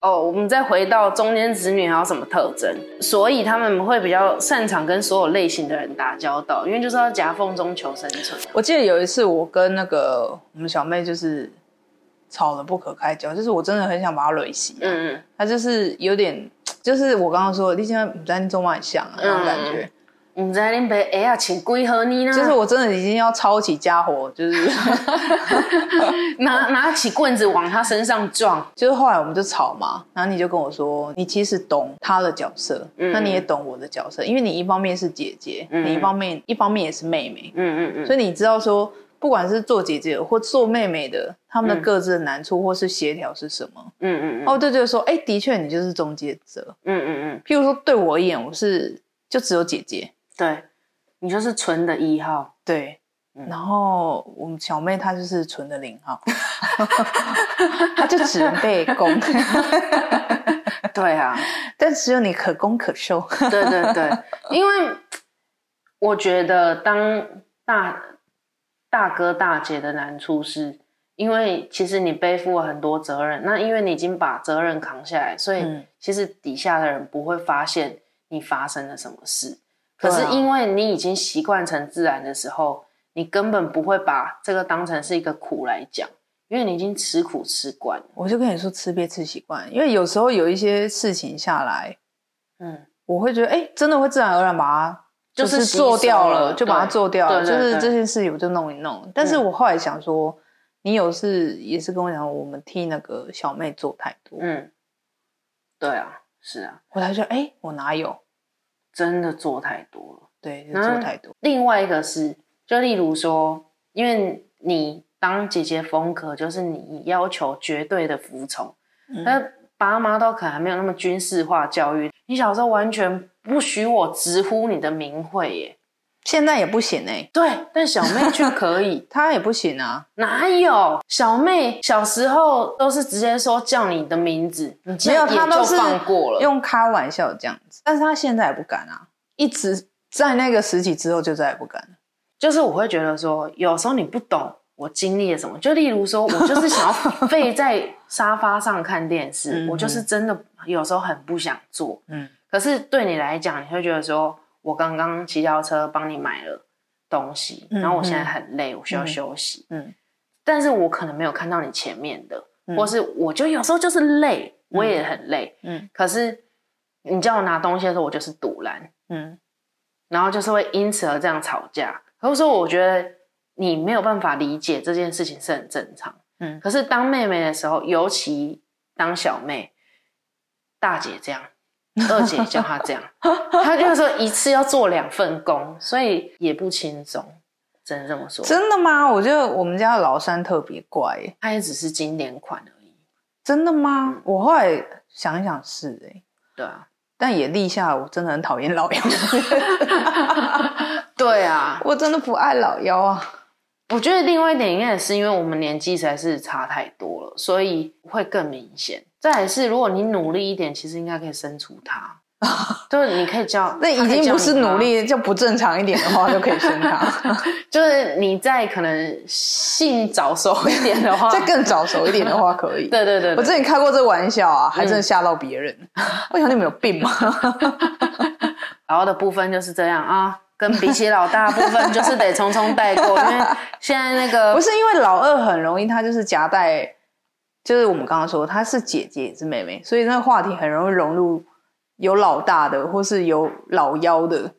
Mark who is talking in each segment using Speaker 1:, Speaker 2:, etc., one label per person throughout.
Speaker 1: 哦，我们再回到中间子女还有什么特征？所以他们会比较擅长跟所有类型的人打交道，因为就是要夹缝中求生存。
Speaker 2: 我记得有一次我跟那个我们小妹就是吵得不可开交，就是我真的很想把她累死、啊，
Speaker 1: 嗯嗯，
Speaker 2: 她就是有点，就是我刚刚说的，你现在不在中很像啊那种感觉。
Speaker 1: 我们在那边哎呀，请归和你呢，
Speaker 2: 就是我真的已经要抄起家伙，就是
Speaker 1: 拿拿起棍子往他身上撞。
Speaker 2: 就是后来我们就吵嘛，然后你就跟我说，你其实懂他的角色，那你也懂我的角色，因为你一方面是姐姐，你一方面一方面也是妹妹，
Speaker 1: 嗯嗯嗯，
Speaker 2: 所以你知道说，不管是做姐姐或做妹妹的，他们的各自的难处或是协调是什么。
Speaker 1: 嗯嗯嗯
Speaker 2: 哦，对对，说，哎，的确你就是中间者。
Speaker 1: 嗯嗯嗯，
Speaker 2: 譬如说，对我而言，我是就只有姐姐，
Speaker 1: 对，你就是纯的一号，
Speaker 2: 对。
Speaker 1: 嗯
Speaker 2: 然后我们小妹她就是纯的零 号，她就只能被攻，
Speaker 1: 对啊，
Speaker 2: 但只有你可攻可受。
Speaker 1: 对对对，因为我觉得当大大哥大姐的难处是，因为其实你背负了很多责任，那因为你已经把责任扛下来，所以
Speaker 2: 嗯
Speaker 1: 其实底下的人不会发现你发生了什么事。可
Speaker 2: 对
Speaker 1: 是
Speaker 2: 啊
Speaker 1: 因为你已经习惯成自然的时候，你根本不会把这个当成是一个苦来讲，因为你已经吃苦吃惯了。
Speaker 2: 我就跟你说，吃瘪吃习惯，因为有时候有一些事情下来，
Speaker 1: 嗯，
Speaker 2: 我会觉得，哎、真的会自然而然把它
Speaker 1: 就是
Speaker 2: 是
Speaker 1: 吸收
Speaker 2: 做掉
Speaker 1: 了
Speaker 2: 了，就把它
Speaker 1: 对
Speaker 2: 做掉了，
Speaker 1: 对
Speaker 2: 就
Speaker 1: 对
Speaker 2: 是
Speaker 1: 对
Speaker 2: 这件事情我就弄一弄。但是
Speaker 1: 嗯
Speaker 2: 我后来想说，你有事也是跟我讲，我们替那个小妹做太多，
Speaker 1: 嗯，对啊，是啊，
Speaker 2: 我才觉得，哎、我哪有？
Speaker 1: 真的做太多了。
Speaker 2: 对，就
Speaker 1: 嗯
Speaker 2: 做太多，
Speaker 1: 另外一个是，就例如说，因为你当姐姐风格就是你要求绝对的服从，
Speaker 2: 嗯
Speaker 1: 那、爸妈都可能还没有那么军事化教育，你小时候完全不许我直呼你的名讳耶。
Speaker 2: 现在也不行哎、，
Speaker 1: 对，但小妹却可以
Speaker 2: 她也不行啊。
Speaker 1: 哪有小妹小时候都是直接说叫你的名字，你竟
Speaker 2: 没有，
Speaker 1: 然
Speaker 2: 他
Speaker 1: 也
Speaker 2: 都
Speaker 1: 就是放过了。
Speaker 2: 用开玩笑这样子，但是他现在也不敢啊，一直在那个时期之后就再也不敢了。
Speaker 1: 就是我会觉得说，有时候你不懂我经历了什么。就例如说，我就是想 要废在沙发上看电视
Speaker 2: 嗯，
Speaker 1: 我就是真的有时候很不想做。
Speaker 2: 嗯，
Speaker 1: 可是对你来讲，你会觉得说，我刚刚骑脚踏车帮你买了东西，
Speaker 2: 嗯
Speaker 1: 然后我现在很累，我需要
Speaker 2: 嗯
Speaker 1: 休息。
Speaker 2: 嗯，
Speaker 1: 但是我可能没有看到你前面的，
Speaker 2: 嗯
Speaker 1: 或是我就有时候就是累，我也很累。
Speaker 2: 嗯，
Speaker 1: 可是你叫我拿东西的时候，我就是堵拦。
Speaker 2: 嗯，
Speaker 1: 然后就是会因此而这样吵架。可是说，我觉得你没有办法理解这件事情是很正常。
Speaker 2: 嗯
Speaker 1: 可是当妹妹的时候，尤其当小妹，大姐这样，二姐叫她这样，她就是说一次要做两份工，所以也不轻松。只能这么说，
Speaker 2: 真的吗？我觉得我们家的老三特别怪耶、
Speaker 1: 她也只是经典款而已。
Speaker 2: 真的
Speaker 1: 嗯
Speaker 2: 吗？我后来想一想是哎、
Speaker 1: 对啊，
Speaker 2: 但也立下了我真的很讨厌老幺，
Speaker 1: 对啊，
Speaker 2: 我真的不爱老幺啊。
Speaker 1: 我觉得另外一点应该也是因为我们年纪实在是差太多了，所以会更明显。再来是，如果你努力一点，其实应该可以生出他， 就是你可以叫，
Speaker 2: 那已
Speaker 1: 他可以
Speaker 2: 经
Speaker 1: 叫
Speaker 2: 不
Speaker 1: 你
Speaker 2: 是
Speaker 1: 妈
Speaker 2: 努，力，就不正常一点的话就可以生 他，
Speaker 1: 就是你在可能性早熟一点 的话，
Speaker 2: 再更早熟一点的话可以。
Speaker 1: 对对对
Speaker 2: 我
Speaker 1: 对，
Speaker 2: 之前开过这玩笑
Speaker 1: 嗯
Speaker 2: 啊，还真的吓到别人。我想你们有 病吗？
Speaker 1: 然后的部分就是这样啊。跟比起老大的部分，就是得匆匆带过，因为现在那
Speaker 2: 不
Speaker 1: 个
Speaker 2: 是因为老二很容易，他就是夹带，就是我们刚刚说他是姐姐也是妹妹，所以那个话题很容易融入有老大的或是有老幺的。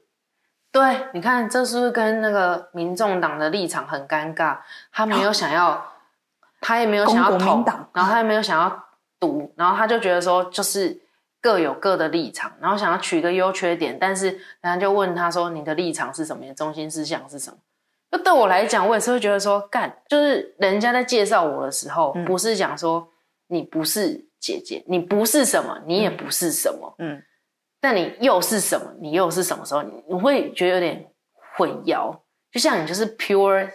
Speaker 1: 对，你看这是不是跟那个民众党的立场很尴尬？他没有想要，他也没有想要
Speaker 2: 攻哦国民
Speaker 1: 捅
Speaker 2: 党，
Speaker 1: 然后他也没有想要读，然后他就觉得说就是各有各的立场，然后想要取一个优缺点，但是人家就问他说你的立场是什么，你的中心思想是什么？那对我来讲，我也是会觉得说干，就是人家在介绍我的时候，
Speaker 2: 嗯
Speaker 1: 不是讲说你不是姐姐，你不是什么，你也不是什么。
Speaker 2: 嗯，
Speaker 1: 但你又是什么？你又是什么时候？你你会觉得有点混淆。就像你就是 pure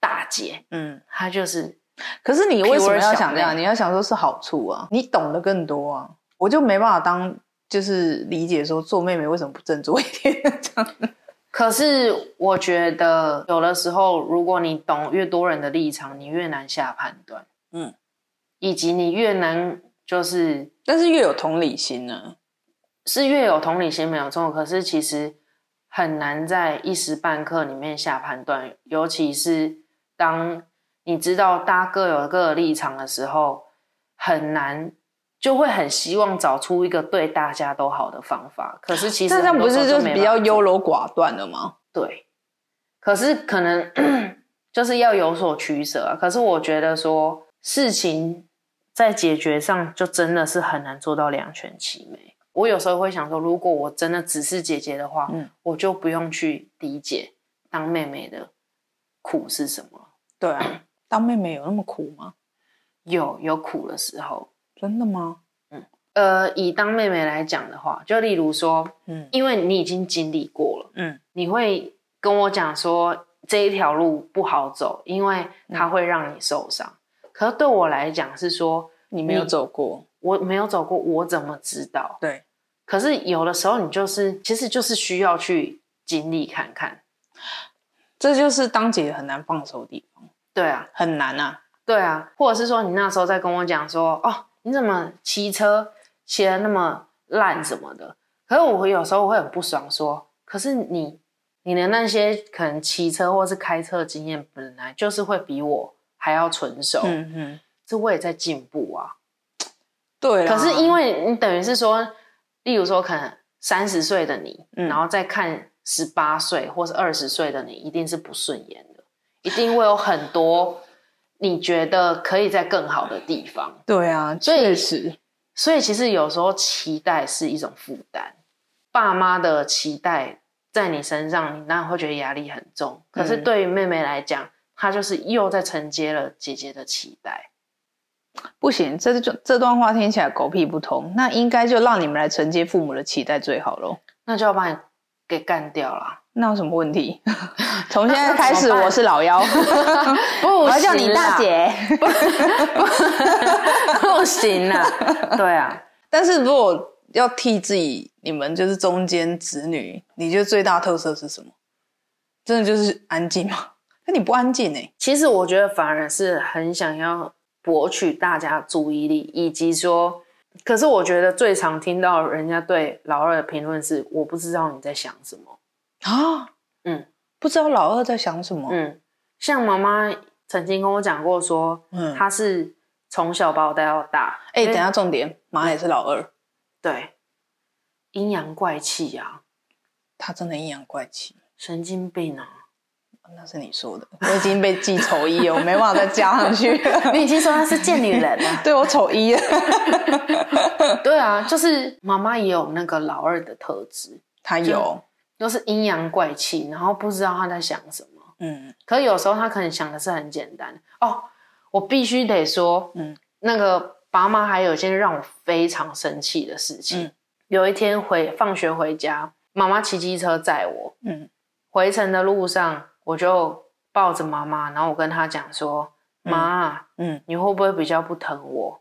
Speaker 1: 大姐，
Speaker 2: 嗯，
Speaker 1: 她就是
Speaker 2: 可是你为什么要想
Speaker 1: 小
Speaker 2: 这样？
Speaker 1: 妹
Speaker 2: 你要想说是好处啊，你懂得更多啊，我就没办法当就是理解说做妹妹为什么不振作一点 这样。
Speaker 1: 可是我觉得有的时候，如果你懂越多人的立场，你越难下判断，
Speaker 2: 嗯，
Speaker 1: 以及你越难就是
Speaker 2: 但是越有同理心呢，
Speaker 1: 是越有同理心没有错，可是其实很难在一时半刻里面下判断，尤其是当你知道大家各有各的立场的时候，很难就会很希望找出一个对大家都好的方法。可是其实
Speaker 2: 那这样
Speaker 1: 很
Speaker 2: 不
Speaker 1: 多时候
Speaker 2: 是
Speaker 1: 就
Speaker 2: 就是
Speaker 1: 没
Speaker 2: 比
Speaker 1: 办
Speaker 2: 较
Speaker 1: 法
Speaker 2: 优柔寡断了吗？
Speaker 1: 对，可是可能 就是要有所取舍啊。可是我觉得说事情在解决上，就真的是很难做到两全其美。我有时候会想说，如果我真的只是姐姐的话，
Speaker 2: 嗯
Speaker 1: 我就不用去理解当妹妹的苦是什么。
Speaker 2: 对啊，当妹妹有那么苦吗？
Speaker 1: 有有苦的时候，
Speaker 2: 真的吗？
Speaker 1: 呃，以当妹妹来讲的话，就例如说，
Speaker 2: 嗯
Speaker 1: 因为你已经经历过了。
Speaker 2: 嗯，
Speaker 1: 你会跟我讲说这一条路不好走，因为它会让你受伤。可是对我来讲是说，
Speaker 2: 你没有
Speaker 1: 你
Speaker 2: 走过，
Speaker 1: 我没有走过，我怎么知道？
Speaker 2: 对，
Speaker 1: 可是有的时候你就是，其实就是需要去经历看看。
Speaker 2: 这就是当姐姐很难放手的地方，
Speaker 1: 对啊，
Speaker 2: 很难啊。
Speaker 1: 对啊，或者是说你那时候在跟我讲说，哦，你怎么骑车骑的那么烂什么的？可是我有时候会很不爽说可是你你的那些可能骑车或是开车的经验本来就是会比我还要纯熟，
Speaker 2: 嗯嗯，
Speaker 1: 这我也在进步啊。
Speaker 2: 对啊啦。
Speaker 1: 可是因为你等于是说，例如说可能三十岁的你，
Speaker 2: 嗯
Speaker 1: 然后再看十八岁或是二十岁的你，一定是不顺眼的，一定会有很多你觉得可以在更好的地方。
Speaker 2: 对啊，确实，
Speaker 1: 所以其实有时候期待是一种负担，爸妈的期待在你身上，你当然会觉得压力很重。可是
Speaker 2: 嗯
Speaker 1: 对于妹妹来讲，她就是又在承接了姐姐的期待。
Speaker 2: 不行，这就这段话听起来狗屁不通，那应该就让你们来承接父母的期待最好喽。
Speaker 1: 那就要把你给干掉了。
Speaker 2: 那有什么问题？ 从现在
Speaker 1: 那
Speaker 2: 开始，
Speaker 1: 怎么办
Speaker 2: 我是老 幺，
Speaker 1: 不
Speaker 2: 我要叫你
Speaker 1: 行啦，
Speaker 2: 大姐。
Speaker 1: 不行啦。对啊，
Speaker 2: 但是如果要替自己，你们就是中间子女，你觉得最大特色是什么？真的就是安静吗？ 那你不安静哎、
Speaker 1: 其实我觉得反而是很想要博取大家注意力，以及说，可是我觉得最常听到人家对老二的评论是：我不知道你在想什么。
Speaker 2: 啊，
Speaker 1: 嗯，
Speaker 2: 不知道老二在想什么。
Speaker 1: 嗯，像妈妈曾经跟我讲过说，
Speaker 2: 嗯
Speaker 1: 她是从小把我带到大。
Speaker 2: 哎、
Speaker 1: 因为
Speaker 2: 等一下重点，妈也是老二，
Speaker 1: 对，阴阳怪气啊，
Speaker 2: 她真的阴阳怪气。
Speaker 1: 神经病啊！
Speaker 2: 那是你说的，我已经被记丑一了， 我没办法再加上去。
Speaker 1: 你已经说她是贱女人了。
Speaker 2: 对我丑一啊了，
Speaker 1: 对啊，就是妈妈也有那个老二的特质，
Speaker 2: 他有，
Speaker 1: 就是阴阳怪气，然后不知道她在想什么。
Speaker 2: 嗯
Speaker 1: 可有时候她可能想的是很简单哦，我必须得说，
Speaker 2: 嗯
Speaker 1: 那个爸妈还有一件让我非常生气的事情。
Speaker 2: 嗯
Speaker 1: 有一天回放学回家，妈妈骑机车载我，
Speaker 2: 嗯
Speaker 1: 回程的路上我就抱着妈妈，然后我跟她讲说：“妈，
Speaker 2: 嗯，
Speaker 1: 你会不会比较不疼我？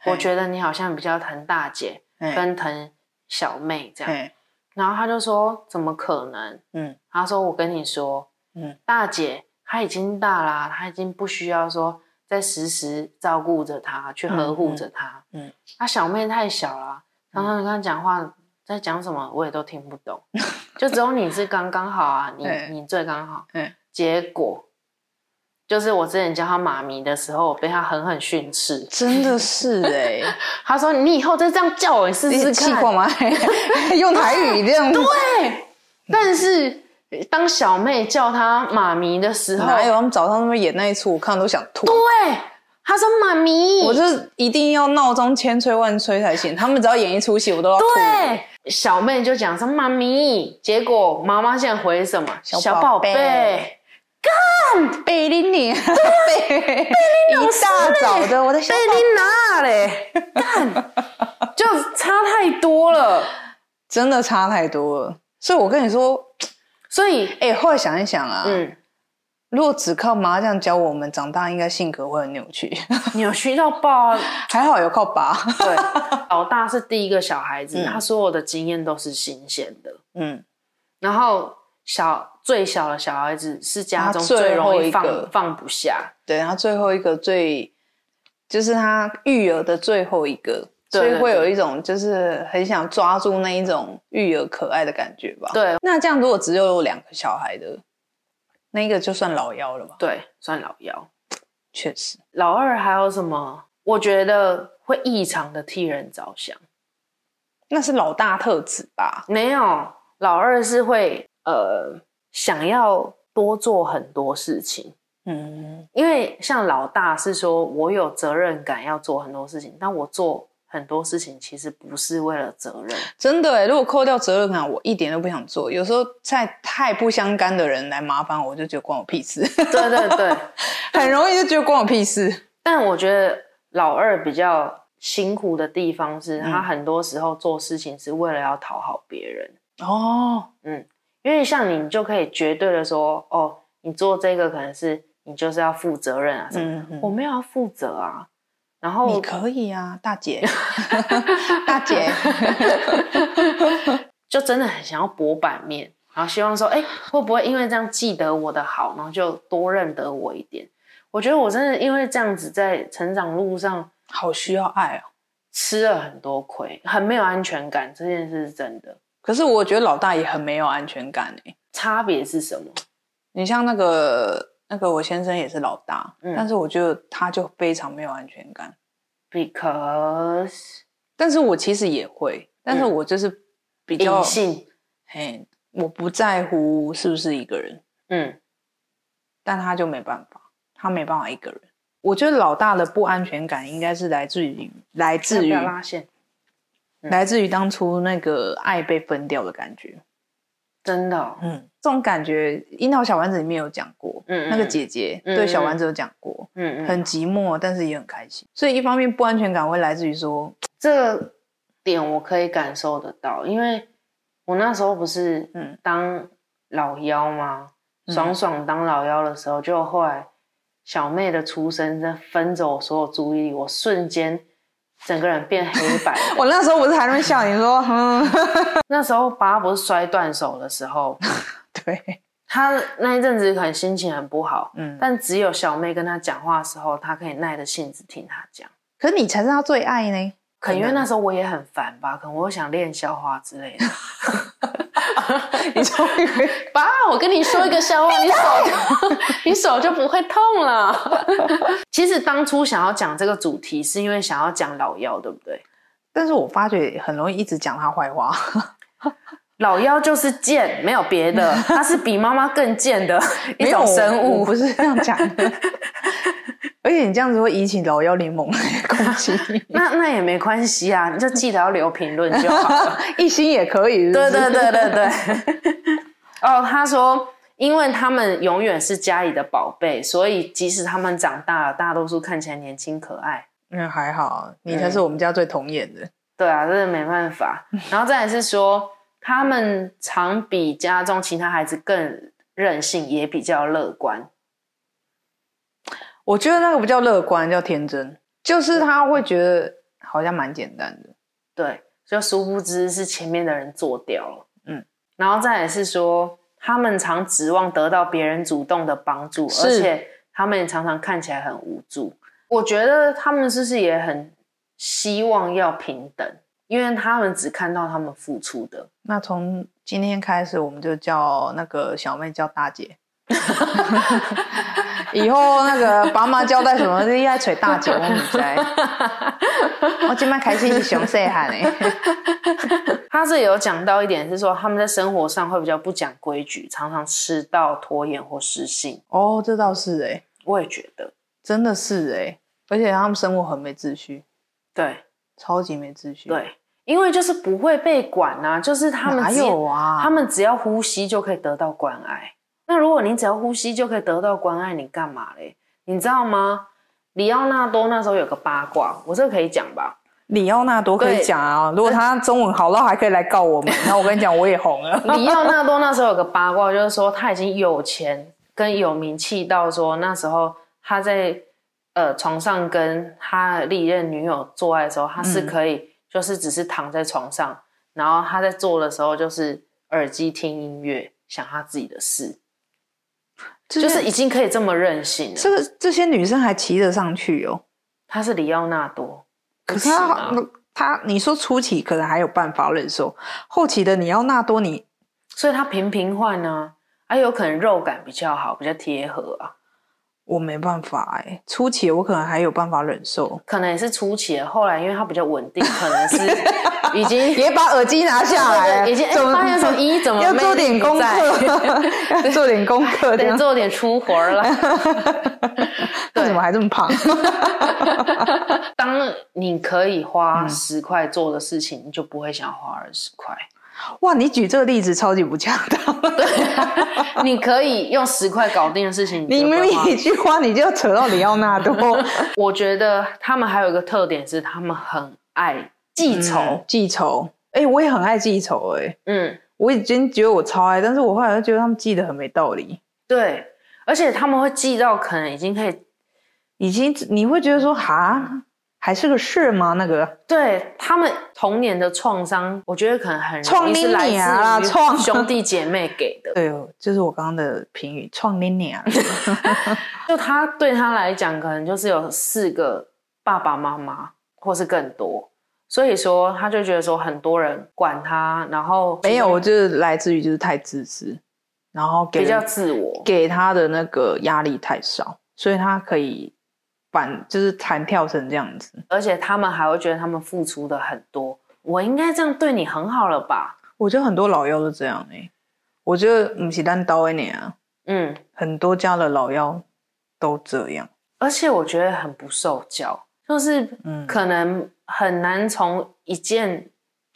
Speaker 2: 嘿
Speaker 1: 我觉得你好像比较疼大姐
Speaker 2: 哎
Speaker 1: 跟疼小妹这样。
Speaker 2: 哎”
Speaker 1: 然后她就说：“怎么可能？”
Speaker 2: 嗯
Speaker 1: 她说：“我跟你说，
Speaker 2: 嗯
Speaker 1: 大姐她已经大啦，她已经不需要说再时时照顾着她，去呵护着她。
Speaker 2: 嗯嗯
Speaker 1: 她小妹太小啦，常常你跟她讲话，在讲什么我也都听不 懂，就只有你是刚刚好啊，你
Speaker 2: 对
Speaker 1: 你最刚好。
Speaker 2: 嗯
Speaker 1: 结果就是我之前叫她妈咪的时候，我被她狠狠训斥，
Speaker 2: 真的是 哎、
Speaker 1: 她说你以后再这样叫我，你试
Speaker 2: 你
Speaker 1: 试
Speaker 2: 是气
Speaker 1: 看。
Speaker 2: 过吗？ 用台语这 样，
Speaker 1: 对，但是。呃当小妹叫她妈咪的时候，
Speaker 2: 哪哎有？他们早上那么演那一出，我看都想吐。
Speaker 1: 对，他说妈咪，
Speaker 2: 我就是一定要闹钟千催万催才行。他们只要演一出戏，我都要吐。
Speaker 1: 对小妹就讲说妈咪，结果妈妈现在回什么？
Speaker 2: 小
Speaker 1: 小
Speaker 2: 宝
Speaker 1: 宝
Speaker 2: 贝
Speaker 1: 贝，
Speaker 2: 贝琳你，
Speaker 1: 啊
Speaker 2: 贝一大早的，我的小
Speaker 1: 被你拿嘞，干，就差太多了。
Speaker 2: 真的差太多了。所以我跟你说，
Speaker 1: 所以，
Speaker 2: 哎、后来想一想啊，
Speaker 1: 嗯，
Speaker 2: 如果只靠麻将教我们，长大应该性格会很扭曲。
Speaker 1: 扭曲到爆啊！
Speaker 2: 还好有靠爸，
Speaker 1: 对，老大是第一个小孩子，
Speaker 2: 嗯
Speaker 1: 他所有的经验都是新鲜的。
Speaker 2: 嗯，
Speaker 1: 然后小最小的小孩子是家
Speaker 2: 他
Speaker 1: 中
Speaker 2: 最
Speaker 1: 最容
Speaker 2: 后一
Speaker 1: 易放
Speaker 2: 个
Speaker 1: 放不下，
Speaker 2: 对。然后最后一个最就是他育儿的最后一个，
Speaker 1: 对
Speaker 2: 所以
Speaker 1: 对
Speaker 2: 会
Speaker 1: 对
Speaker 2: 有一种就是很想抓住那一种育儿可爱的感觉吧。
Speaker 1: 对
Speaker 2: 那这样如果只有两个小孩的，那个就算老幺了吧？
Speaker 1: 对，算老幺。
Speaker 2: 确实，
Speaker 1: 老二还有什么？我觉得会异常的替人着想。
Speaker 2: 那是老大特质吧？
Speaker 1: 没有，老二是会呃想要多做很多事情，
Speaker 2: 嗯，
Speaker 1: 因为像老大是说我有责任感要做很多事情，但我做很多事情其实不是为了责任。
Speaker 2: 真的欸如果扣掉责任感，我一点都不想做。有时候在太不相干的人来麻烦我，我就觉得关我屁事，
Speaker 1: 对对对，
Speaker 2: 很容易就觉得关我屁事。
Speaker 1: 但我觉得老二比较辛苦的地方
Speaker 2: 嗯
Speaker 1: 是，他很多时候做事情是为了要讨好别人。
Speaker 2: 哦，
Speaker 1: 因为像你，你就可以绝对的说，哦，你做这个可能是你就是要负责任啊什么。
Speaker 2: 嗯，
Speaker 1: 我没有要负责啊，然后
Speaker 2: 你可以啊，大姐， 大姐，
Speaker 1: 就真的很想要博版面，然后希望说，哎、会不会因为这样记得我的好，然后就多认得我一点？我觉得我真的因为这样子在成长路上
Speaker 2: 好需要爱哦。
Speaker 1: 吃了很多亏，很没有安全感，这件事是真的。
Speaker 2: 可是我觉得老大也很没有安全感哎、
Speaker 1: 差别是什么？
Speaker 2: 你像那个那个我先生也是老大，
Speaker 1: 嗯
Speaker 2: 但是我觉得他就非常没有安全感。
Speaker 1: because
Speaker 2: 但是我其实也会，但是我就是比
Speaker 1: 嗯
Speaker 2: 较
Speaker 1: 隐、性，
Speaker 2: 嘿，我不在乎是不是一个人，
Speaker 1: 嗯，
Speaker 2: 但他就没办法，他没办法一个人。我觉得老大的不安全感应该是来自于来
Speaker 1: 要
Speaker 2: 自
Speaker 1: 不
Speaker 2: 于
Speaker 1: 要拉线，
Speaker 2: 来自于当初那个爱被分掉的感觉。
Speaker 1: 真的哦、
Speaker 2: 嗯，这种感觉，《樱桃小丸子》里面有讲过，
Speaker 1: 嗯嗯
Speaker 2: 那个姐姐
Speaker 1: 嗯
Speaker 2: 对小丸子有讲过，
Speaker 1: 嗯嗯，
Speaker 2: 很寂寞，但是也很开心。所以一方面不安全感会来自于说，
Speaker 1: 这点我可以感受得到，因为我那时候不是
Speaker 2: 嗯
Speaker 1: 当老幺吗？
Speaker 2: 嗯
Speaker 1: 爽爽当老幺的时候，就后来小妹的出生，真的分走我所有注意力，我瞬间整个人变黑 白。
Speaker 2: 我那时候不是还在那边笑你说，嗯，
Speaker 1: 那时候爸不是摔断手的时候，
Speaker 2: 对，
Speaker 1: 他那一阵子可能心情很不好，
Speaker 2: 嗯。
Speaker 1: 但只有小妹跟他讲话的时候，他可以耐着性子听他讲。
Speaker 2: 可是你才是他最爱呢，
Speaker 1: 可能因为那时候我也很烦吧，可能我想练笑话之类的。
Speaker 2: 你终于
Speaker 1: 爸，我跟你说一个笑话，你手 就你手就不会痛了。 其实当初想要讲这个主题，是因为想要讲老妖，对不对？
Speaker 2: 但是我发觉很容易一直讲他坏话，
Speaker 1: 老妖就是贱，没有别 的，它是比妈妈更贱 的一
Speaker 2: 没有
Speaker 1: 种生
Speaker 2: 我
Speaker 1: 物。
Speaker 2: 不是这样讲的。 而且你这样子会引起老妖联盟的攻 击，
Speaker 1: 那那也没关系啊，你就记得要留评论就好 了。
Speaker 2: 一心也可以是不
Speaker 1: 对
Speaker 2: 是
Speaker 1: 对对对对。 哦，他说，因为他们永远是家里的宝贝，所以即使他们长大了，大多数看起来年轻可爱。
Speaker 2: 嗯，还好，你才是我们家最童颜的。
Speaker 1: 对啊，这个没办法。 然后再来是说，他们常比家中其他孩子更任性，也比较乐观。
Speaker 2: 我觉得那个不叫乐观，叫天真，就是他会觉得好像蛮简单的。
Speaker 1: 对，就殊不知是前面的人做掉了。
Speaker 2: 嗯，
Speaker 1: 然后再来是说，他们常指望得到别人主动的帮助，
Speaker 2: 是
Speaker 1: 而且他们也常常看起来很无助。我觉得他们是不是也很希望要平等？因为他们只看到他们付出的，
Speaker 2: 那从今天开始，我们就叫那个小妹叫大 姐。以后那个爸妈交代什么，你爱找大姐，我唔知。 我今麦开始是熊细汉诶，
Speaker 1: 他这里有讲到一点是说，他们在生活上会比较不讲规矩，常常迟到、拖延或失信。
Speaker 2: 哦，这倒是诶、
Speaker 1: 我也觉得，
Speaker 2: 真的是诶、而且他们生活很没秩序，
Speaker 1: 对
Speaker 2: 超级没秩序。，
Speaker 1: 对，因为就是不会被管啊，就是他们
Speaker 2: 哪
Speaker 1: 只
Speaker 2: 有啊？
Speaker 1: 他们只要呼吸就可以得到关爱。那如果你只要呼吸就可以得到关爱，你干嘛嘞？你知道吗？里奥纳多那时候有个八卦，我这个可以讲吧？
Speaker 2: 里奥纳多可以
Speaker 1: 对
Speaker 2: 讲啊，如果他中文好到还可以来告 我们，那我跟你讲，我也红 了。
Speaker 1: 里奥纳多那时候有个八卦，就是说他已经有钱跟有名气到说，那时候他在呃床上跟他历任女友做爱的时候，他是可以就是只是躺在床上，然后他在做的时候就是耳机听音乐，想他自己的事，
Speaker 2: 就
Speaker 1: 就是是已经可以这么任性了。
Speaker 2: 这个这些女生还骑得上去哦，
Speaker 1: 他是里奥纳多，
Speaker 2: 可是
Speaker 1: 不
Speaker 2: 他
Speaker 1: 行啊
Speaker 2: 他你说初期可能还有办法忍受，后期的你要纳多你
Speaker 1: 所以他频频换呢，啊，有可能肉感比较好，比较贴合啊，
Speaker 2: 我没办法哎、初期我可能还有办法忍受，
Speaker 1: 可能也是初期的，后来因为它比较稳定，可能是已经
Speaker 2: 也把耳机拿下来了，
Speaker 1: 已经哎
Speaker 2: 怎么
Speaker 1: 发现 说咦，怎么
Speaker 2: 要
Speaker 1: 魅
Speaker 2: 做点
Speaker 1: 力不
Speaker 2: 功
Speaker 1: 在
Speaker 2: 课， 要做点功课，这
Speaker 1: 对，
Speaker 2: 样
Speaker 1: 做点粗活 儿啦。
Speaker 2: 为什么还这 么胖？
Speaker 1: 当你可以
Speaker 2: 嗯
Speaker 1: 花十块做的事情，你就不会想花二十块。
Speaker 2: 哇，你举这个例子超级不恰当，
Speaker 1: 你可以用十块搞定的事情，
Speaker 2: 你
Speaker 1: 就不
Speaker 2: 明
Speaker 1: 会花
Speaker 2: 明一句话你就扯到里奥纳多，
Speaker 1: 我觉得他们还有一个特点是，他们很爱 记
Speaker 2: 嗯
Speaker 1: 仇。
Speaker 2: 记仇，哎、我也很爱记仇、哎，
Speaker 1: 嗯
Speaker 2: 我已经觉得我超爱，但是我后来就觉得他们记得很没道理，
Speaker 1: 对，而且他们会记到可能已经可以，
Speaker 2: 已经你会觉
Speaker 1: 嗯
Speaker 2: 得说哈，还是个事吗？那个
Speaker 1: 对他们童年的创伤，我觉得可能很
Speaker 2: 创
Speaker 1: 容易是
Speaker 2: 你
Speaker 1: 来
Speaker 2: 娘啊
Speaker 1: 自
Speaker 2: 创
Speaker 1: 于兄弟姐妹给的。
Speaker 2: 对，就是我刚刚的评语，创啊你娘，
Speaker 1: 就他对他来讲，可能就是有四个爸爸妈妈，或是更多。所以说，他就觉得说，很多人管他，然后
Speaker 2: 没有，我就是来自于就是太自私，然后给
Speaker 1: 比较
Speaker 2: 人
Speaker 1: 自我。
Speaker 2: 给他的那个压力太少，所以他可以反就是弹跳成这样子。
Speaker 1: 而且他们还会觉得他们付出的很多，我应该这样对你很好了吧？
Speaker 2: 我觉得很多老妖都这样哎、我觉得不是单刀哎你啊，
Speaker 1: 嗯，
Speaker 2: 很多家的老妖都这样。
Speaker 1: 而且我觉得很不受教，就是
Speaker 2: 嗯
Speaker 1: 可能很难从一件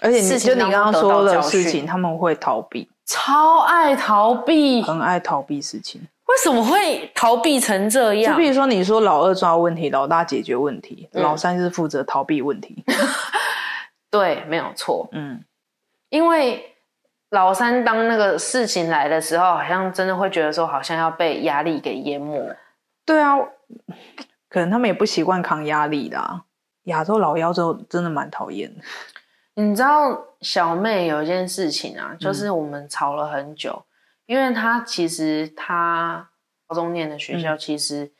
Speaker 2: 而且你
Speaker 1: 事情
Speaker 2: 就你
Speaker 1: 当中
Speaker 2: 刚刚说的
Speaker 1: 得
Speaker 2: 事
Speaker 1: 到教
Speaker 2: 情，
Speaker 1: 训
Speaker 2: 他们会逃避，
Speaker 1: 超爱逃避，
Speaker 2: 很爱逃避事情。
Speaker 1: 为什么会逃避成这
Speaker 2: 就
Speaker 1: 样
Speaker 2: 比？如说，你说老二抓问题，老大解决问题，
Speaker 1: 嗯
Speaker 2: 老三是负责逃避问题。
Speaker 1: 对，没有错。
Speaker 2: 嗯，
Speaker 1: 因为老三当那个事情来的时候，好像真的会觉得说，好像要被压力给淹没。
Speaker 2: 对啊，可能他们也不习惯扛压力啦。亚洲老妖就真的蛮讨厌的。
Speaker 1: 你知道小妹有一件事情啊，
Speaker 2: 嗯
Speaker 1: 就是我们吵了很久，因为她其实她高中念的学
Speaker 2: 嗯
Speaker 1: 校其实、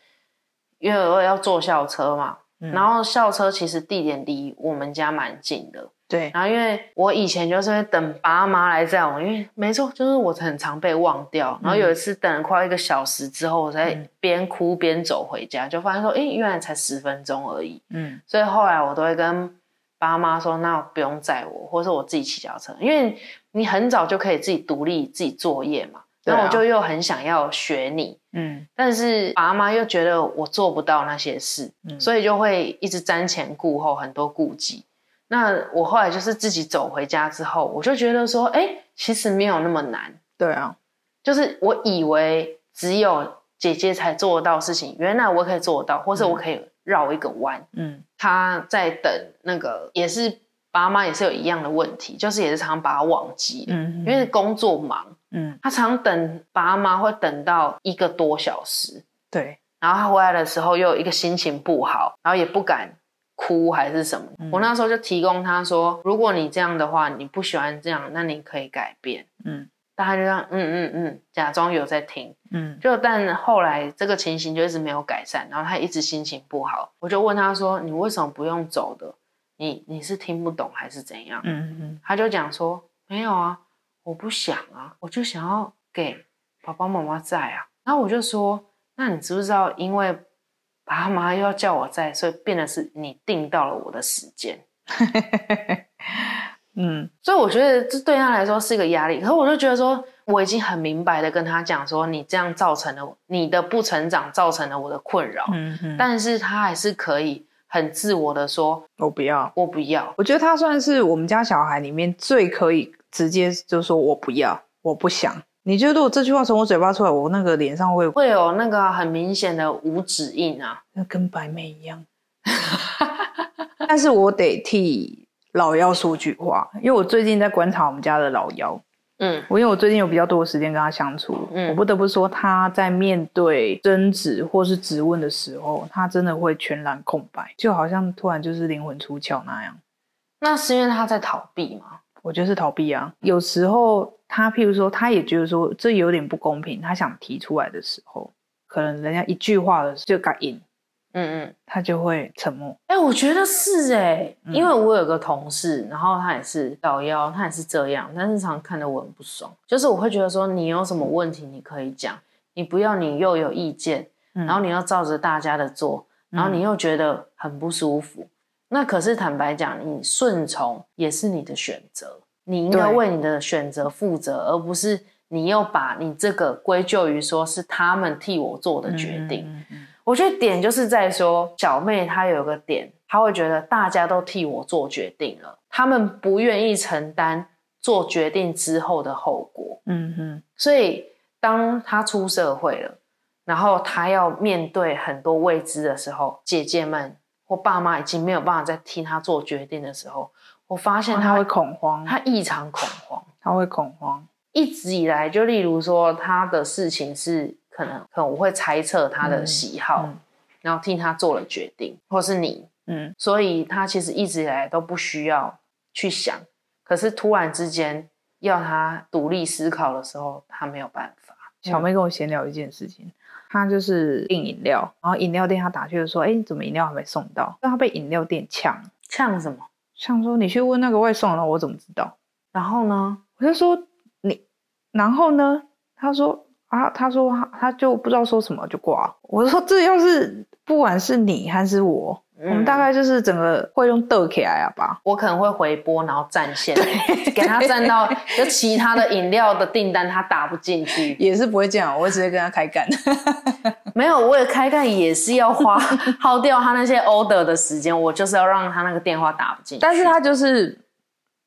Speaker 1: 因为我要坐校车嘛，
Speaker 2: 嗯
Speaker 1: 然后校车其实地点离我们家蛮近的，
Speaker 2: 对，
Speaker 1: 然后因为我以前就是会等爸妈来载我，因为没错，就是我很常被忘掉。然后有一次等了快一个小时之后，我才
Speaker 2: 嗯
Speaker 1: 边哭边走回家，就发现说，诶，原来才十分钟而已。
Speaker 2: 嗯
Speaker 1: 所以后来我都会跟爸妈说，那不用载我，或是我自己骑脚踏车，因为你很早就可以自己独立自己作业嘛。
Speaker 2: 对啊
Speaker 1: 那我就又很想要学你，
Speaker 2: 嗯
Speaker 1: 但是爸妈又觉得我做不到那些事，
Speaker 2: 嗯
Speaker 1: 所以就会一直瞻前顾后，很多顾忌。那我后来就是自己走回家之后，我就觉得说，哎、其实没有那么难，
Speaker 2: 对啊，
Speaker 1: 就是我以为只有姐姐才做得到的事情，原来我可以做得到，或是我可以绕一个弯。
Speaker 2: 嗯
Speaker 1: 他在等那个，也是爸妈也是有一样的问题，就是也是常常把他忘记了，
Speaker 2: 嗯，
Speaker 1: 因为工作忙，
Speaker 2: 嗯
Speaker 1: 他常等爸妈会等到一个多小时，
Speaker 2: 对，
Speaker 1: 然后他回来的时候又有一个心情不好，然后也不敢哭还是什么。
Speaker 2: 嗯
Speaker 1: 我那时候就提供他说，如果你这样的话，你不喜欢这样，那你可以改变。
Speaker 2: 嗯
Speaker 1: 但他就这样，嗯嗯嗯，假装有在听。
Speaker 2: 嗯
Speaker 1: 就但后来这个情形就一直没有改善，然后他一直心情不好。我就问他说，你为什么不用走的？你你是听不懂还是怎样？
Speaker 2: 嗯嗯
Speaker 1: 他就讲说：“没有啊，我不想啊，我就想要给爸爸妈妈在啊。”然后我就说：“那你知不知道，因为爸妈又要叫我在，所以变得是你定到了我的时间。
Speaker 2: 嗯，
Speaker 1: 所以我觉得这对他来说是一个压力。可是我就觉得说，我已经很明白的跟他讲说，你这样造成了我你的不成长，造成了我的困扰。
Speaker 2: 嗯嗯，
Speaker 1: 哦但是他还是可以很自我的说，
Speaker 2: 我不要。
Speaker 1: 我不要。
Speaker 2: 我觉得他算是我们家小孩里面最可以直接就说我不要，我不想。你觉得如果这句话从我嘴巴出来，我那个脸上会
Speaker 1: 会有那个啊很明显的无指印啊，
Speaker 2: 那跟白妹一 样。但是我得替老妖说句话，因为我最近在观察我们家的老妖。
Speaker 1: 嗯
Speaker 2: 我因为我最近有比较多的时间跟他相处，
Speaker 1: 嗯
Speaker 2: 我不得不说他在面对争执或是质问的时候，他真的会全然空白，就好像突然就是灵魂出窍那样。
Speaker 1: 那是因为他在逃避嘛？
Speaker 2: 我觉得是逃避啊。有时候他，譬如说，他也觉得说这有点不公平，他想提出来的时候，可能人家一句话的就敢应，
Speaker 1: 嗯嗯，
Speaker 2: 他就会沉默。
Speaker 1: 哎、我觉得是哎、
Speaker 2: 嗯
Speaker 1: 因为我有个同事，然后他也是老妖，他也是这样，但是常看得我很不爽，就是我会觉得说你有什么问题你可以讲，你不要你又有意见，
Speaker 2: 嗯
Speaker 1: 然后你又照着大家的做，然后你又觉得很不舒服。那可是坦白讲，你顺从也是你的选择，你应该
Speaker 2: 对
Speaker 1: 为你的选择负责，而不是你又把你这个归咎于说是他们替我做的决定。
Speaker 2: 嗯嗯嗯
Speaker 1: 我觉得点就是在说，小妹她有个点，她会觉得大家都替我做决定了，他们不愿意承担做决定之后的后果。
Speaker 2: 嗯嗯
Speaker 1: 所以当他出社会了，然后他要面对很多未知的时候，姐姐们或爸妈已经没有办法再替他做决定的时候，我发现
Speaker 2: 嗯，
Speaker 1: 他
Speaker 2: 他
Speaker 1: 会
Speaker 2: 会恐慌，
Speaker 1: 他异常恐慌。
Speaker 2: 他会恐慌。
Speaker 1: 一直以来，就例如说他的事情是可能可能我会猜测他的喜好，
Speaker 2: 嗯
Speaker 1: 然后替他做了决定，或是你，
Speaker 2: 嗯
Speaker 1: 所以他其实一直以来都不需要去想，可是突然之间要他独立思考的时候，他没有办法。
Speaker 2: 小妹跟我闲聊一件事情，她就是订饮料，然后饮料店她打去了说：“哎，你怎么饮料还没送到？”但她被饮料店呛，
Speaker 1: 呛什么？
Speaker 2: 呛说：“你去问那个外送了，我怎么知道
Speaker 1: 然后呢？？”
Speaker 2: 我就说：“你，然后呢？”她说：“啊，她说她她就不知道说什么就挂了。”我说：“这要是不管是你还是我，我
Speaker 1: 嗯
Speaker 2: 们大概就是整个会用斗起来啊吧。
Speaker 1: 我可能会回拨，然后占线， 给他占到，就其他的饮料的订单他打不进”去。
Speaker 2: 也是不会这样，我会直接跟他开干。
Speaker 1: 没有，我也开干也是要 花耗掉他那些 order 的时间，我就是要让他那个电话打不进去。
Speaker 2: 但是他就是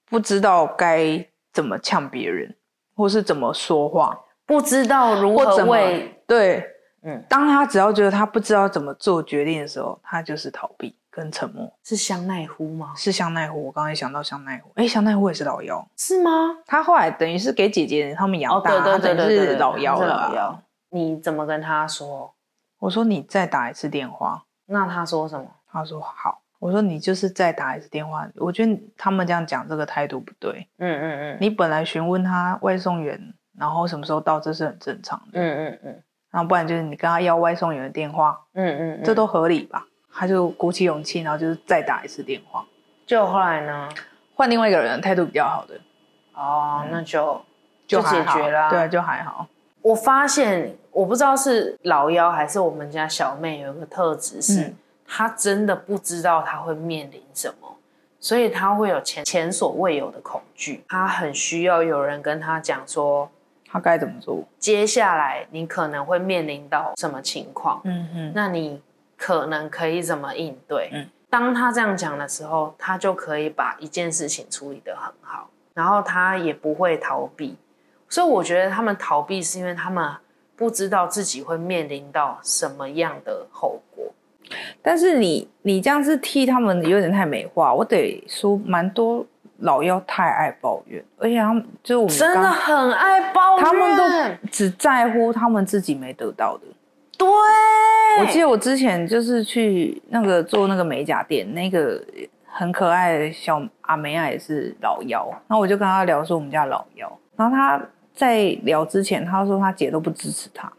Speaker 2: 不知道该怎么呛别人，或是怎么说话，
Speaker 1: 不知道如
Speaker 2: 或
Speaker 1: 何
Speaker 2: 怎么
Speaker 1: 为，
Speaker 2: 对，
Speaker 1: 嗯，
Speaker 2: 当他只要觉得他不知道怎么做决定的时候，他就是逃避跟沉默。
Speaker 1: 是香奈乎吗？
Speaker 2: 是香奈乎，我刚才想到香奈乎，哎，香奈乎也是老妖，
Speaker 1: 是吗？
Speaker 2: 他后来等于是给姐姐他们养
Speaker 1: 哦，
Speaker 2: 大，
Speaker 1: 对对对
Speaker 2: 他
Speaker 1: 对
Speaker 2: 等于
Speaker 1: 对，
Speaker 2: 是老妖
Speaker 1: 是
Speaker 2: 了
Speaker 1: 老
Speaker 2: 啊。
Speaker 1: 妖。你怎么跟他说？
Speaker 2: 我说你再打一次电话，
Speaker 1: 那他说什么？
Speaker 2: 他说好。我说你就是再打一次电话，我觉得他们这样讲这个态度不对。
Speaker 1: 嗯嗯嗯
Speaker 2: 你本来询问他外送员，然后什么时候到，这是很正常的。
Speaker 1: 嗯嗯嗯
Speaker 2: 然后不然就是你跟他要外送员的电话，
Speaker 1: 嗯嗯嗯，
Speaker 2: 这都合理吧？他就鼓起勇气，然后就是再打一次电话，
Speaker 1: 嗯就后来呢？
Speaker 2: 换另外一个人，态度比较好的
Speaker 1: 哦，那就
Speaker 2: 嗯还
Speaker 1: 解
Speaker 2: 好
Speaker 1: 决啦。
Speaker 2: 对，啊就还好。
Speaker 1: 我发现，我不知道是老幺还是我们家小妹有一个特质是，
Speaker 2: 嗯
Speaker 1: 她真的不知道她会面临什么，所以她会有前前所未有的恐惧。她很需要有人跟她讲说，
Speaker 2: 他该怎么做？
Speaker 1: 接下来你可能会面临到什么情况，
Speaker 2: 嗯嗯，
Speaker 1: 那你可能可以怎么应对？
Speaker 2: 嗯
Speaker 1: 当他这样讲的时候，他就可以把一件事情处理得很好，然后他也不会逃避。所以我觉得他们逃避是因为他们不知道自己会面临到什么样的后果。
Speaker 2: 但是你你这样子替他们有点太美化，我得说蛮多老妖太爱抱怨，而且他们就是我们
Speaker 1: 真的
Speaker 2: 刚
Speaker 1: 很爱抱怨，
Speaker 2: 他们都只在乎他们自己没得到的。
Speaker 1: 对。
Speaker 2: 我记得我之前就是去那个做那个美甲店，那个很可爱的小阿梅亚也是老妖，然后我就跟她聊说我们家老妖，然后她在聊之前，她说她姐都不支持她，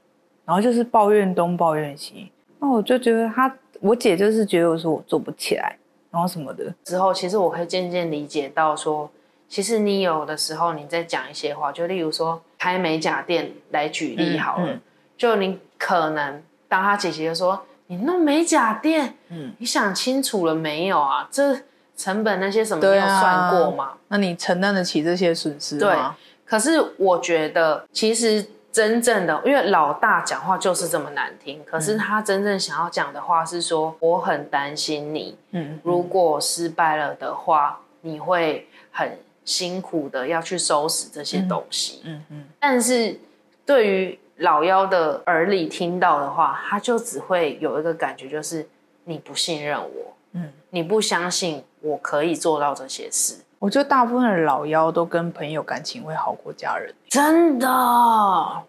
Speaker 2: 然后就是抱怨东抱怨西，那我就觉得她我姐就是觉得我说我做不起来，然后什么的，
Speaker 1: 之后，其实我会渐渐理解到说，其实你有的时候你在讲一些话，就例如说开美甲店来举例好了，
Speaker 2: 嗯嗯
Speaker 1: 就你可能当他姐姐说你弄美甲店，
Speaker 2: 嗯，
Speaker 1: 你想清楚了没有啊？这成本那些什么你
Speaker 2: 对
Speaker 1: 有
Speaker 2: 啊
Speaker 1: 算过吗？
Speaker 2: 那你承担得起这些损失吗？
Speaker 1: 可是我觉得，其实真正的，因为老大讲话就是这么难听，可
Speaker 2: 嗯
Speaker 1: 是他真正想要讲的话是说，我很担心你，
Speaker 2: 嗯，
Speaker 1: 如果失败了的话，你会很辛苦的要去收拾这些东西。
Speaker 2: 嗯嗯
Speaker 1: 但是对于老妖的耳里听到的话，他就只会有一个感觉，就是你不信任我，
Speaker 2: 嗯，
Speaker 1: 你不相信我可以做到这些事，
Speaker 2: 我觉得大部分的老妖都跟朋友感情会好过家人，
Speaker 1: 真的。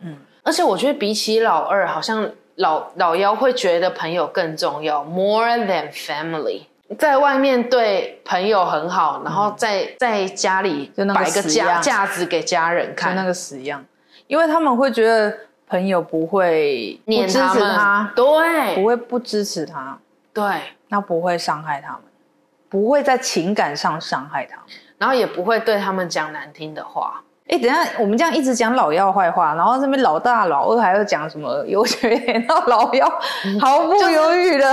Speaker 2: 嗯，
Speaker 1: 而且我觉得比起老二，好像老老幺会觉得朋友更重要，more than family。在外面对朋友很好，然
Speaker 2: 嗯
Speaker 1: 后在、在家里
Speaker 2: 就那个
Speaker 1: 摆个
Speaker 2: 死
Speaker 1: 架
Speaker 2: 样
Speaker 1: 架子给家人
Speaker 2: 就
Speaker 1: 看，
Speaker 2: 那个死样，因为他们会觉得朋友不会不
Speaker 1: 念
Speaker 2: 支持
Speaker 1: 们，
Speaker 2: 他，
Speaker 1: 对
Speaker 2: 不，会不支持他，
Speaker 1: 对，
Speaker 2: 那不会伤害他们，不会在情感上伤害他们。
Speaker 1: 然后也不会对他们讲难听的话。
Speaker 2: 哎，等一下，我们这样一直讲老幺坏话，然后这边老大、老二还要讲什么优缺点，到老幺毫不犹豫的，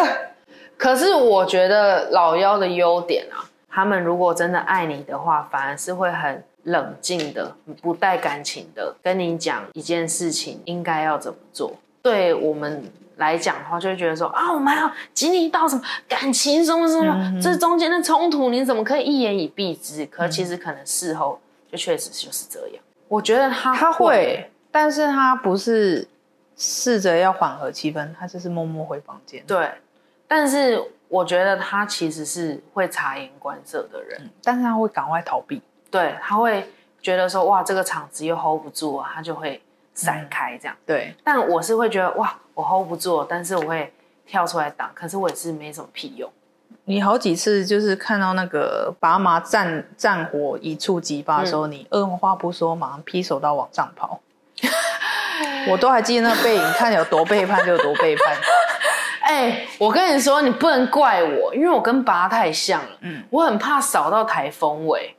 Speaker 1: 可是我觉得老幺的优点啊，他们如果真的爱你的话，反而是会很冷静的，不带感情的跟你讲一件事情应该要怎么做。对我们来讲的话，就会觉得说啊，我们要经历到什么感情什么什么，
Speaker 2: 嗯
Speaker 1: 这中间的冲突你怎么可以一言以蔽之？可其实可能事后就确实就是这样。我觉得他
Speaker 2: 他会，但是他不是试着要缓和气氛，他就是默默回房间。
Speaker 1: 对，但是我觉得他其实是会察言观色的人。
Speaker 2: 但是他会赶快逃避。
Speaker 1: 对，他会觉得说哇，这个场子又 hold 不住啊，他就会闪开这样。
Speaker 2: 对，
Speaker 1: 但我是会觉得哇，我 hold 不住，但是我会跳出来挡，可是我也是没什么屁用。
Speaker 2: 你好几次就是看到那个拔麻战战火一触即发的时候，你二话不说，马上劈手刀往上 跑。我都还记得那个背影，看有多背叛就有多背叛。
Speaker 1: 哎、我跟你说，你不能怪我，因为我跟拔太像了。
Speaker 2: 嗯
Speaker 1: 嗯，我很怕扫到台风尾，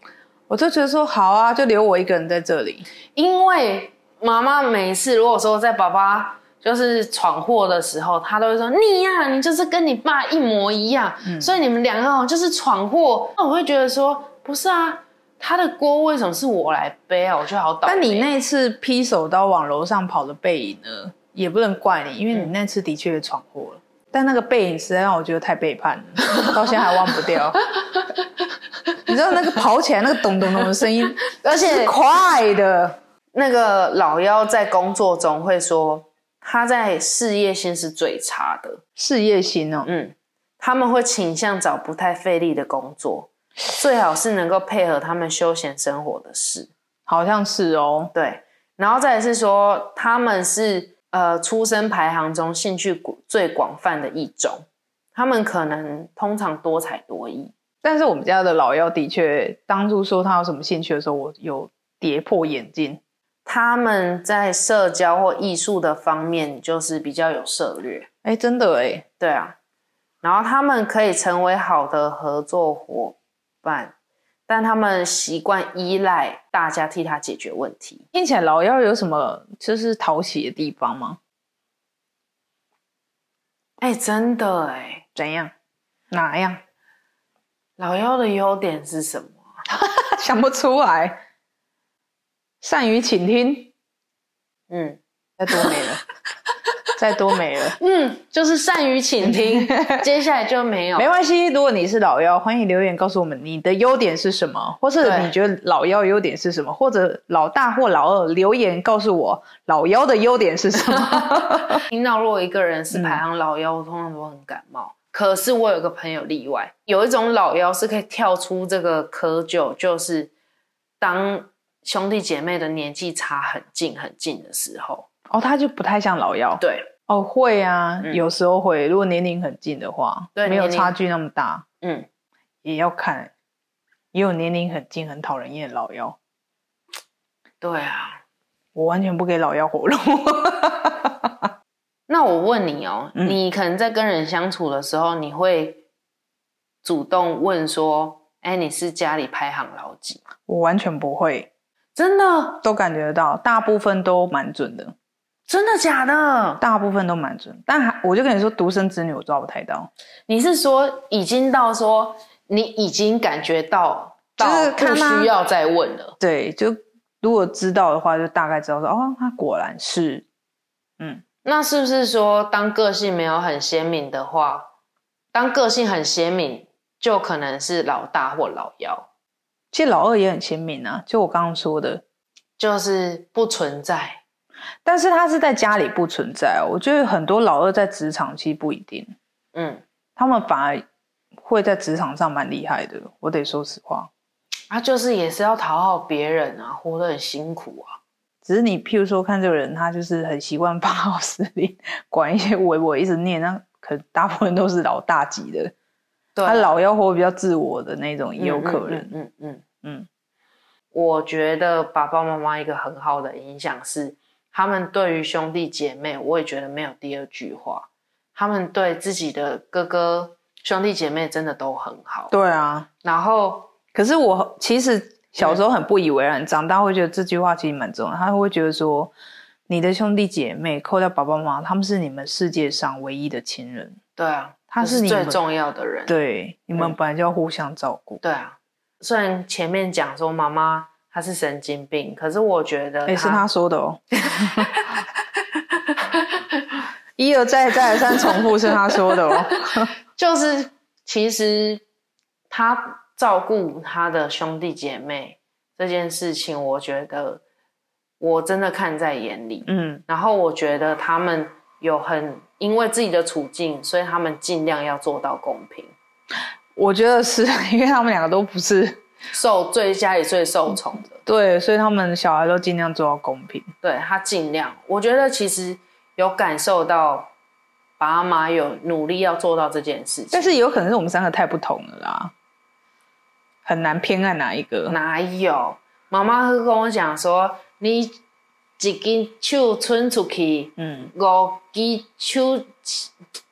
Speaker 2: 我就觉得说好啊，就留我一个人在这里。
Speaker 1: 因为妈妈每次如果说在爸爸就是闯祸的时候，她都会说你呀、你就是跟你爸一模一样，所以你们两个哦就是闯祸。那我会觉得说不是啊，他的锅为什么是我来背啊？我觉得好倒霉。
Speaker 2: 但你那次劈手刀往楼上跑的背影呢，也不能怪你，因为你那次的确也闯祸了。但那个背影实在让我觉得太背叛了， 到现在还忘不 掉。你知道那个跑起来那个咚咚咚的声音，
Speaker 1: 而
Speaker 2: 是
Speaker 1: 且
Speaker 2: 快的。
Speaker 1: 那个老妖在工作中会说，他在事业心是最差的。
Speaker 2: 事业心哦，
Speaker 1: 嗯，他们会倾向找不太费力的工作，最好是能够配合他们休闲生活的事。
Speaker 2: 好像是哦。
Speaker 1: 对，然后再来是说，他们是呃出生排行中兴趣广最广泛的一种，他们可能通常多才多艺。
Speaker 2: 但是我们家的老幺的确，当初说他有什么兴趣的时候，我有跌破眼镜。
Speaker 1: 他们在社交或艺术的方面就是比较有涉略，
Speaker 2: 哎，真的哎，
Speaker 1: 对啊。然后他们可以成为好的合作伙伴，但他们习惯依赖大家替他解决问题。
Speaker 2: 听起来老幺有什么就是讨喜的地方吗？
Speaker 1: 哎、真的哎、
Speaker 2: 怎样？哪样？
Speaker 1: 老幺的优点是什么？
Speaker 2: 想不出来。善于倾听，
Speaker 1: 嗯
Speaker 2: 再多没了，再多没了，
Speaker 1: 嗯，就是善于倾 听，接下来就没有
Speaker 2: 没关系。如果你是老幺，欢迎留言告诉我们你的优点是什么，或是
Speaker 1: 对
Speaker 2: 你觉得老幺优点是什么，或者老大或老二留言告诉我老幺的优点是 什么。
Speaker 1: 听到如果一个人是排行老幺，我通常都很感冒。可是我有个朋友例外，有一种老幺是可以跳出这个窠臼，就是当兄弟姐妹的年纪差很近很近的时候，
Speaker 2: 哦，他就不太像老幺。
Speaker 1: 对，
Speaker 2: 哦，会啊，
Speaker 1: 嗯
Speaker 2: 有时候会，如果年龄很近的话，
Speaker 1: 对
Speaker 2: 没有
Speaker 1: 年龄
Speaker 2: 差距那么大，
Speaker 1: 嗯，
Speaker 2: 也要看，也有年龄很近很讨人厌的老幺。
Speaker 1: 对啊。
Speaker 2: 我完全不给老幺活路。
Speaker 1: 那我问你哦，
Speaker 2: 嗯
Speaker 1: 你可能在跟人相处的时候，你会主动问说：“哎，你是家里排行老几
Speaker 2: 我完全不会，？”
Speaker 1: 真的，
Speaker 2: 都感觉得到，大部分都蛮准的，
Speaker 1: 真的假的？
Speaker 2: 大部分都蛮准。但还我就跟你说，独生子女我抓不太到，
Speaker 1: 你是说已经到说你已经感觉到
Speaker 2: 就
Speaker 1: 到
Speaker 2: 是
Speaker 1: 不
Speaker 2: 看他
Speaker 1: 需要再问了？
Speaker 2: 对，就如果知道的话，就大概知道说，哦，他果然是，
Speaker 1: 那是不是说当个性没有很鲜明的话，当个性很鲜明，就可能是老大或老幺，
Speaker 2: 其实老二也很鲜明啊，就我刚刚说的，
Speaker 1: 就是不存在。
Speaker 2: 但是他是在家里不存在哦，我觉得很多老二在职场其实不一定，
Speaker 1: 嗯，
Speaker 2: 他们反而会在职场上蛮厉害的，我得说实话。
Speaker 1: 他就是也是要讨好别人啊，活得很辛苦啊。
Speaker 2: 只是你譬如说看这个人，他就是很习惯发号施令， 管一些我我一直念，那可大部分都是老大级的，
Speaker 1: 对啊，
Speaker 2: 他老要活比较自我的那种也有
Speaker 1: 嗯
Speaker 2: 可能。
Speaker 1: 嗯嗯嗯嗯
Speaker 2: 嗯
Speaker 1: 我觉得爸爸妈妈一个很好的影响是，他们对于兄弟姐妹，我也觉得没有第二句话。他们对自己的哥哥兄弟姐妹真的都很好。
Speaker 2: 对啊，
Speaker 1: 然后
Speaker 2: 可是我其实小时候很不以为然，长大会觉得这句话其实蛮重要。他会觉得说，你的兄弟姐妹扣掉爸爸妈妈，他们是你们世界上唯一的亲人，
Speaker 1: 对啊，
Speaker 2: 他
Speaker 1: 这
Speaker 2: 是
Speaker 1: 是
Speaker 2: 你
Speaker 1: 最
Speaker 2: 们
Speaker 1: 重要的人。
Speaker 2: 对，你们本来就要互相照顾。
Speaker 1: 对啊，虽然前面讲说妈妈她是神经病，可是我觉得
Speaker 2: 哎、是他说的 哦。一而再，再而三重复是他说的 哦。
Speaker 1: 就是其实他照顾他的兄弟姐妹这件事情，我觉得我真的看在眼里。
Speaker 2: 嗯，
Speaker 1: 然后我觉得他们有很因为自己的处境，所以他们尽量要做到公平，
Speaker 2: 我觉得是因为他们两个都不是
Speaker 1: 受最家里最受宠的，
Speaker 2: 对，所以他们小孩都尽量做到公平。
Speaker 1: 对他尽量。我觉得其实有感受到爸妈有努力要做到这件事情，
Speaker 2: 但是也有可能是我们三个太不同了啦，很难偏爱哪一个。
Speaker 1: 哪有？妈妈会跟我讲说，你一根手伸出去，
Speaker 2: 嗯，
Speaker 1: 五只手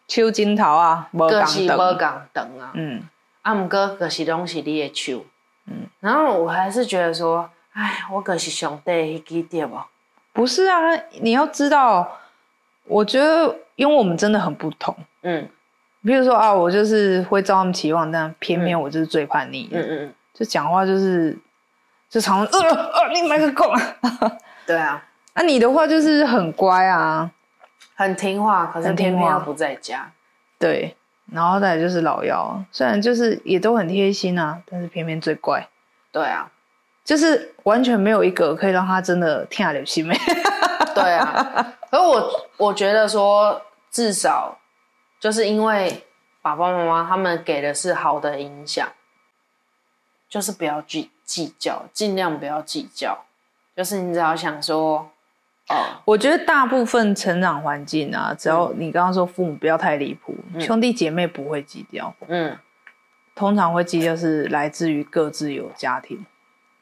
Speaker 2: 邱金桃啊，无
Speaker 1: 就
Speaker 2: 港
Speaker 1: 是无共
Speaker 2: 等，
Speaker 1: 长啊，
Speaker 2: 嗯，
Speaker 1: 啊，毋过就是拢是你的手。
Speaker 2: 嗯
Speaker 1: 然后我还是觉得说，哎，我可是上帝迄支哦对无？
Speaker 2: 不是啊，你要知道，我觉得因为我们真的很不同。
Speaker 1: 嗯
Speaker 2: 比如说啊，我就是会照他们期望，但偏偏我就是最叛逆
Speaker 1: 嗯
Speaker 2: 的，
Speaker 1: 嗯，嗯
Speaker 2: 就讲话就是就常常呃呃，你麦克控啊。
Speaker 1: 对啊，
Speaker 2: 那、你的话就是很乖啊，
Speaker 1: 很听话，可是
Speaker 2: 很听
Speaker 1: 偏偏
Speaker 2: 话
Speaker 1: 又不在家。
Speaker 2: 对，然后再来就是老幺，虽然就是也都很贴心啊，但是偏偏最乖。
Speaker 1: 对啊，
Speaker 2: 就是完全没有一个可以让他真的天下流心妹。
Speaker 1: 对啊。可是我我觉得说，至少就是因为爸爸妈妈他们给的是好的影响，就是不要计计较，尽量不要计较。就是你只要想说，哦，
Speaker 2: 我觉得大部分成长环境啊，只
Speaker 1: 嗯
Speaker 2: 要你刚刚说父母不要太离谱，兄弟姐妹不会计较，
Speaker 1: 嗯，
Speaker 2: 通常会计较是来自于各自有家庭。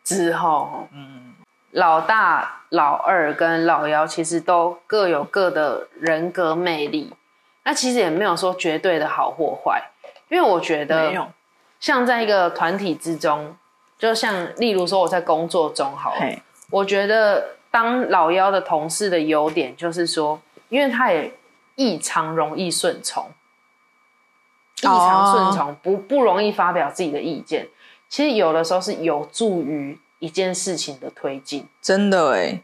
Speaker 1: 之后，哦
Speaker 2: 嗯，
Speaker 1: 老大、老二跟老幺其实都各有各的人格魅力，那其实也没有说绝对的好或坏，因为我觉得
Speaker 2: 没有，
Speaker 1: 像在一个团体之中，就像例如说我在工作中好了，
Speaker 2: 嘿，
Speaker 1: 我觉得当老幺的同事的优点就是说，因为他也异常容易顺从，异
Speaker 2: 哦
Speaker 1: 常顺从，不不容易发表自己的意见。其实有的时候是有助于一件事情的推进。
Speaker 2: 真的哎、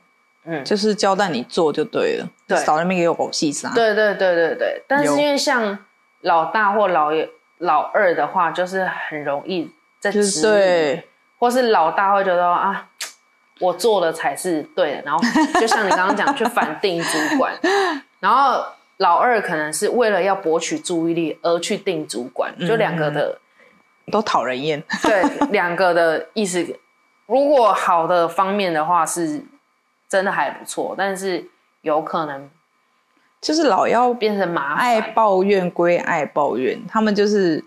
Speaker 1: 嗯
Speaker 2: 就是交代你做就对了，
Speaker 1: 对
Speaker 2: 少在那边给我狗戏杀。，
Speaker 1: 对对对对对，但是
Speaker 2: 啊有
Speaker 1: 因为像老大或老老二的话，就是很容易在
Speaker 2: 就
Speaker 1: 质
Speaker 2: 是
Speaker 1: 疑
Speaker 2: 对，
Speaker 1: 或是老大会觉得啊，我做的才是对的，然后就像你刚刚讲，去反定主 管，然后老二可能是为了要博取注意力而去定主管，
Speaker 2: 嗯
Speaker 1: 就两个的、
Speaker 2: 都讨人厌。
Speaker 1: 对两个的意思。如果好的方面的话是真的还不错，但是有可能
Speaker 2: 就是老幺
Speaker 1: 变成麻
Speaker 2: 爱
Speaker 1: 烦。
Speaker 2: 抱怨归爱抱怨，他们就是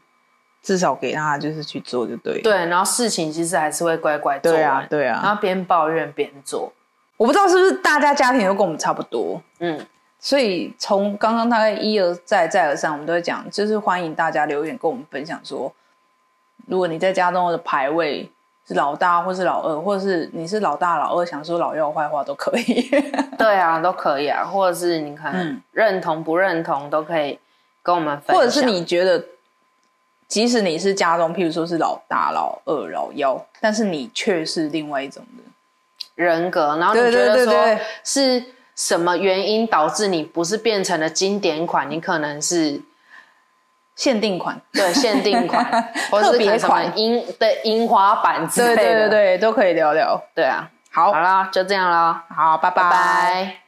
Speaker 2: 至少给他就是去做就对了。
Speaker 1: 对，然后事情其实还是会乖乖做完，
Speaker 2: 对啊，对啊。
Speaker 1: 然后边抱怨边做，
Speaker 2: 我不知道是不是大家家庭都跟我们差不多，
Speaker 1: 嗯，
Speaker 2: 所以从刚刚大概一而再再而三，我们都在讲，就是欢迎大家留言跟我们分享说，如果你在家中的排位是老大或是老二，或者是你是老大老二，想说老幺坏话都可 以。
Speaker 1: 对啊，都可以啊，或者是你可能
Speaker 2: 嗯
Speaker 1: 认同不认同都可以跟我们分享，
Speaker 2: 或者是你觉得，即使你是家中，譬如说是老大、老二、老幺，但是你却是另外一种的，
Speaker 1: 人格，然后你
Speaker 2: 对
Speaker 1: 觉
Speaker 2: 对
Speaker 1: 得
Speaker 2: 对
Speaker 1: 说
Speaker 2: 对
Speaker 1: 是什么原因导致你不是变成了经典款，你可能是
Speaker 2: 限定款，，
Speaker 1: 对限定款 或者是
Speaker 2: 特别
Speaker 1: 可能什么
Speaker 2: 款
Speaker 1: 樱对樱花版之类
Speaker 2: 对
Speaker 1: 的，
Speaker 2: 对对对，都可以聊聊。
Speaker 1: 对啊，
Speaker 2: 好
Speaker 1: 好，啦，就这样啦，
Speaker 2: 好，拜
Speaker 1: 拜拜